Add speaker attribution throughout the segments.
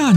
Speaker 1: 大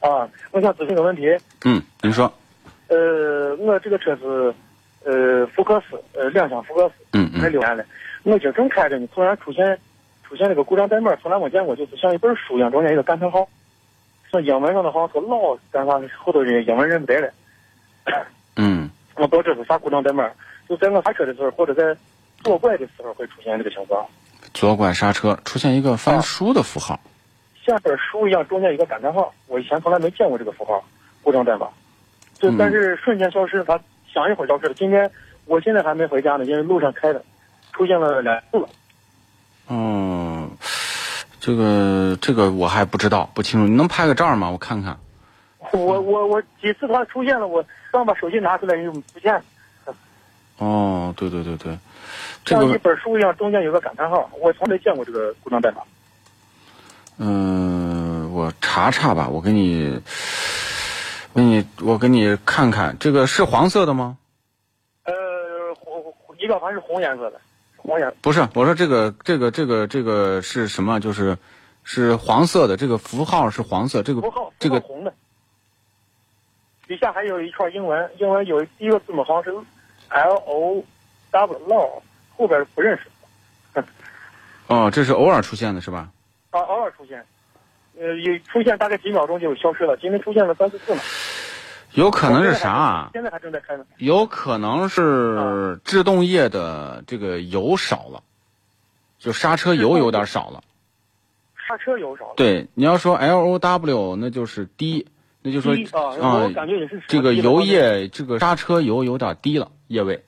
Speaker 2: 啊，我想咨询个问题，
Speaker 3: 嗯，您说，
Speaker 2: 呃，我这个车是，呃，福克斯，呃，两厢福克斯，
Speaker 3: 嗯
Speaker 2: 开
Speaker 3: 嗯
Speaker 2: 六年了，我今儿正开着呢，突然出现出现这个故障代码，从来没见过，就是像一本书一样，中间一个感叹号，那英文上的好像说老尴尬，好多人英文认不得了，
Speaker 3: 嗯
Speaker 2: 我不知道这是啥故障代码，就在我刹车的时候或者在左拐的时候会出现这个情况，
Speaker 3: 左拐刹车出现一个翻书的符号，
Speaker 2: 像本书一样，中间一个感叹号，我以前从来没见过这个符号，故障代码。就但是瞬间消失，它想一会儿消失了。今天我现在还没回家呢，因为路上开的，出现了两次了。
Speaker 3: 哦，这个这个我还不知道，不清楚，你能拍个照吗？我看看。
Speaker 2: 我我我几次它出现了，我刚把手机拿出来又不见了，
Speaker 3: 哦，对对对对，这
Speaker 2: 像一
Speaker 3: 个
Speaker 2: 本书一样，中间有个感叹号，我从来没见过这个故障代码。
Speaker 3: 嗯、我查查吧，我给你，给你，我给你看看，这个是黄色的吗？
Speaker 2: 呃，红仪表盘是红颜色的，红颜
Speaker 3: 不是，我说这个这个这个这个是什么？就是是黄色的，这个符号是黄色，这个
Speaker 2: 符号，
Speaker 3: 这个
Speaker 2: 符号红的。底下还有一串英文，英文有第一个字母好像是 L O W L，后边不认识，
Speaker 3: 哦，这是偶尔出现的是吧？
Speaker 2: 啊，偶尔出现，呃，也出现大概几秒钟就消失了。今天出现了三四次了，
Speaker 3: 有可能是
Speaker 2: 现在
Speaker 3: 啥、
Speaker 2: 还
Speaker 3: 啊？
Speaker 2: 现在还正在开呢。
Speaker 3: 有可能
Speaker 2: 啊
Speaker 3: 是制动液的这个油少了，就刹车油有点少了。
Speaker 2: 刹车油少了。
Speaker 3: 对，你要说 L O W，那就是低，那就说
Speaker 2: 一啊，我感觉也是
Speaker 3: 这个
Speaker 2: 手机的
Speaker 3: 油
Speaker 2: 方面，
Speaker 3: 液这个刹车油有点低了，液位。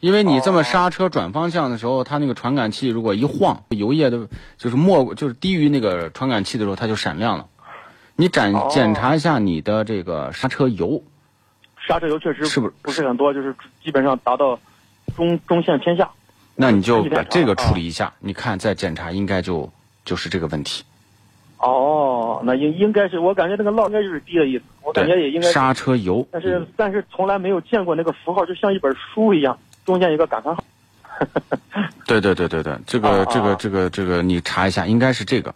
Speaker 3: 因为你这
Speaker 2: 哦
Speaker 3: 么刹车转方向的时候，它那个传感器如果一晃，油液的就是没过就是低于那个传感器的时候，它就闪亮了。你检
Speaker 2: 哦
Speaker 3: 检查一下你的这个刹车油，
Speaker 2: 刹车油确实
Speaker 3: 是不是
Speaker 2: 不是很多，就是基本上达到中中线偏下。
Speaker 3: 那你就
Speaker 2: 你再
Speaker 3: 把
Speaker 2: 查
Speaker 3: 这个
Speaker 2: 啊
Speaker 3: 处理一下，你看再检查，应该就就是这个问题。
Speaker 2: 哦，那应应该是我感觉那个烙应该就是低的意思，我感觉也应该是，
Speaker 3: 刹车油，
Speaker 2: 但是但是从来没有见过那个符号，就像一本书一样，中间一个感叹号。
Speaker 3: 对对对对对，这个、
Speaker 2: 啊啊
Speaker 3: 这个
Speaker 2: 啊
Speaker 3: 这个这个你查一下，应该是这个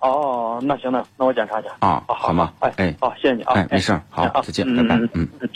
Speaker 2: 哦，那行那那我检查一下。
Speaker 3: 啊，
Speaker 2: 啊，
Speaker 3: 好吗？
Speaker 2: 哎
Speaker 3: 哎
Speaker 2: 好，谢谢你啊，
Speaker 3: 哎，没事儿，好
Speaker 2: 啊，
Speaker 3: 再见，
Speaker 2: 嗯
Speaker 3: 拜拜
Speaker 2: 嗯，
Speaker 3: 嗯。
Speaker 2: 嗯